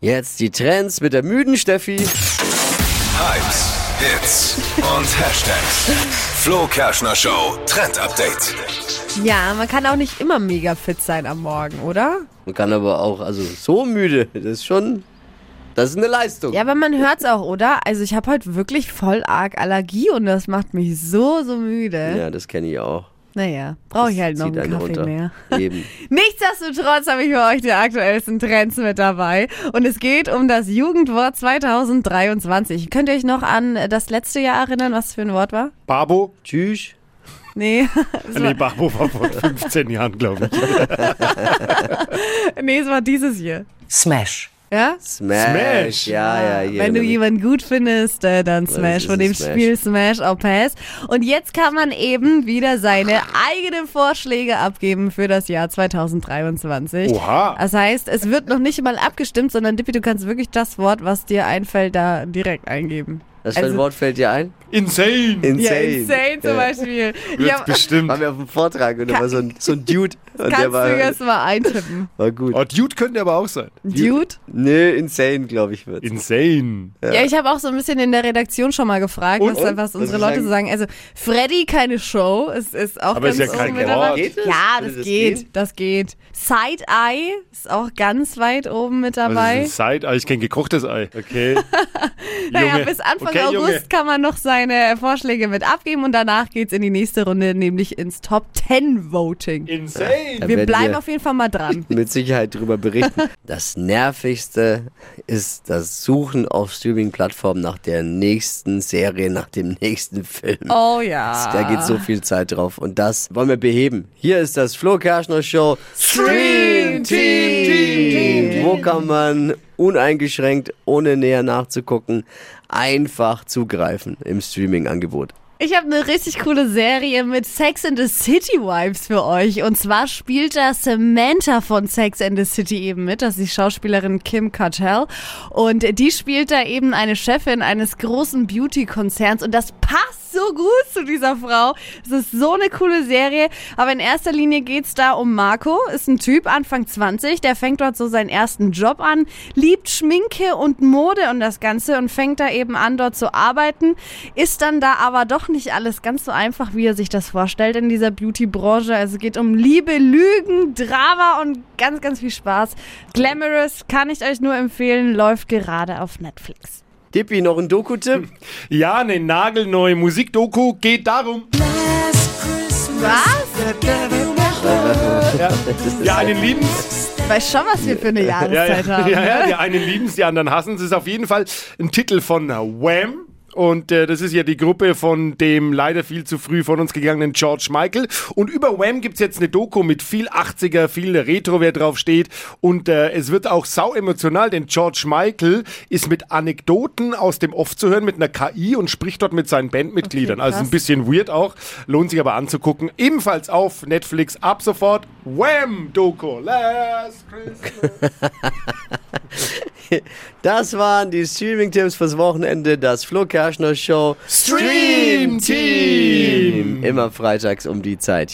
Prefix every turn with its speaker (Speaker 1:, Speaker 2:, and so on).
Speaker 1: Jetzt die Trends mit der müden Steffi.
Speaker 2: Hypes, Hits und Hashtags. Flo Kerschner Show Trend Update.
Speaker 3: Ja, man kann auch nicht immer mega fit sein am Morgen, oder?
Speaker 1: Man kann aber auch, also so müde, das ist schon, das ist eine Leistung.
Speaker 3: Ja, aber man hört's auch, oder? Also ich habe heute wirklich voll arg Allergie und das macht mich so, so müde.
Speaker 1: Ja, das kenne ich auch.
Speaker 3: Naja, brauche ich
Speaker 1: Das
Speaker 3: halt noch einen
Speaker 1: zieht einen
Speaker 3: Kaffee
Speaker 1: runter.
Speaker 3: mehr.
Speaker 1: Eben.
Speaker 3: Nichtsdestotrotz habe ich für euch die aktuellsten Trends mit dabei. Und es geht um das Jugendwort 2023. Könnt ihr euch noch an das letzte Jahr erinnern, was es für ein Wort war?
Speaker 4: Babo?
Speaker 1: Tschüss.
Speaker 3: Nee,
Speaker 4: Nee, Babo war vor 15 Jahren, glaube ich.
Speaker 3: nee, es war dieses Jahr.
Speaker 5: Smash.
Speaker 3: Ja?
Speaker 1: Smash.
Speaker 4: Smash.
Speaker 1: Ja, Ah ja, ja.
Speaker 3: Äh, Wenn du jemanden gut findest, äh, dann Smash.
Speaker 1: ist
Speaker 3: Von
Speaker 1: ein
Speaker 3: dem
Speaker 1: Smash.
Speaker 3: Spiel Smash or Pass. Und jetzt kann man eben wieder seine eigenen Vorschläge abgeben für das Jahr 2023.
Speaker 4: Oha.
Speaker 3: Das heißt, es wird noch nicht mal abgestimmt, sondern Dippi, du kannst wirklich das Wort, was dir einfällt, da direkt eingeben.
Speaker 1: Das also, Wort fällt dir ein?
Speaker 4: Insane!
Speaker 1: Insane.
Speaker 3: Ja, insane zum
Speaker 1: Ja.
Speaker 3: Beispiel.
Speaker 4: Wird's
Speaker 3: Ja,
Speaker 1: Waren
Speaker 4: bestimmt.
Speaker 1: wir auf dem Vortrag und da war so ein, so ein Dude. Und
Speaker 3: kannst
Speaker 1: der war,
Speaker 3: du jetzt mal eintippen.
Speaker 1: war gut.
Speaker 4: Oh, Dude könnte aber auch sein.
Speaker 3: Dude?
Speaker 1: Nö, insane, glaube ich, wird.
Speaker 4: Insane.
Speaker 3: Ja, ich habe auch so ein bisschen in der Redaktion schon mal gefragt,
Speaker 4: Und?
Speaker 3: was,
Speaker 4: Und?
Speaker 3: was unsere
Speaker 1: Was
Speaker 3: Leute so sagen. Also, Freddy, keine Show, ist, ist auch
Speaker 4: Aber
Speaker 3: ganz
Speaker 4: ist ja kein
Speaker 3: oben mit dabei.
Speaker 4: Wort. Geht
Speaker 1: das?
Speaker 3: Ja,
Speaker 1: Würde
Speaker 3: das,
Speaker 1: das
Speaker 3: geht,
Speaker 1: gehen?
Speaker 3: das geht. Side-Eye ist auch ganz weit oben mit
Speaker 4: Was
Speaker 3: dabei.
Speaker 4: Also, ist ein Side-Ei? Ich kenne gekochtes Ei. Okay.
Speaker 3: Naja,
Speaker 4: Junge.
Speaker 3: bis Anfang
Speaker 4: Okay,
Speaker 3: August
Speaker 4: Junge.
Speaker 3: kann man noch seine Vorschläge mit abgeben und danach geht's in die nächste Runde, nämlich ins Top 10 Voting.
Speaker 4: Insane!
Speaker 3: Wir
Speaker 1: werden
Speaker 3: bleiben
Speaker 1: wir-
Speaker 3: auf jeden Fall mal dran.
Speaker 1: mit Sicherheit drüber berichten. Das nervigste ist das Suchen auf Streaming-Plattformen nach der nächsten Serie, nach dem nächsten Film.
Speaker 3: Oh ja.
Speaker 1: Da geht so viel Zeit drauf und das wollen wir beheben. Hier ist das Flo Kerschner Show
Speaker 3: Stream Team, Team, Team.
Speaker 1: Wo kann man uneingeschränkt, ohne näher nachzugucken, einfach zugreifen im Streaming-Angebot?
Speaker 3: Ich habe eine richtig coole Serie mit Sex and the City Wives für euch. Und zwar spielt da Samantha von Sex and the City eben mit. Das ist die Schauspielerin Kim Cartell. Und die spielt da eben eine Chefin eines großen Beauty-Konzerns. Und das passt so gut zu dieser Frau. Es ist so eine coole Serie. Aber in erster Linie geht's da um Marco. Ist ein Typ, Anfang 20. Der fängt dort so seinen ersten Job an. Liebt Schminke und Mode und das Ganze. Und fängt da eben an, dort zu arbeiten. Ist dann da aber doch nicht alles ganz so einfach, wie er sich das vorstellt in dieser Beauty-Branche. Also es geht um Liebe, Lügen, Drama und ganz, ganz viel Spaß. Glamorous kann ich euch nur empfehlen, läuft gerade auf Netflix.
Speaker 1: Dippi, noch ein Doku-Tipp?
Speaker 4: Ja, eine nagelneue Musikdoku geht darum.
Speaker 3: Was?
Speaker 4: Ja, einen lieben's.
Speaker 3: Ich weiß schon, was wir für eine
Speaker 4: Ja, ja,
Speaker 3: Jahreszeit
Speaker 4: ja,
Speaker 3: haben. ne?
Speaker 4: ja, die einen lieben's, die anderen hassen's. Ist auf jeden Fall ein Titel von Wham. Und äh, das ist ja die Gruppe von dem leider viel zu früh von uns gegangenen George Michael. Und über Wham gibt's jetzt eine Doku mit viel 80er, viel Retro, wer drauf steht. Und äh, es wird auch sau emotional, denn George Michael ist mit Anekdoten aus dem Off zu hören, mit einer KI und spricht dort mit seinen Bandmitgliedern.
Speaker 3: Okay,
Speaker 4: also
Speaker 3: krass.
Speaker 4: ein bisschen weird auch, lohnt sich aber anzugucken. Ebenfalls auf Netflix ab sofort Wham Doku. Last Christmas.
Speaker 1: Das waren die Streaming-Tipps fürs Wochenende, das Flo Kerschner Show.
Speaker 4: Stream Team!
Speaker 1: Immer freitags um die Zeit.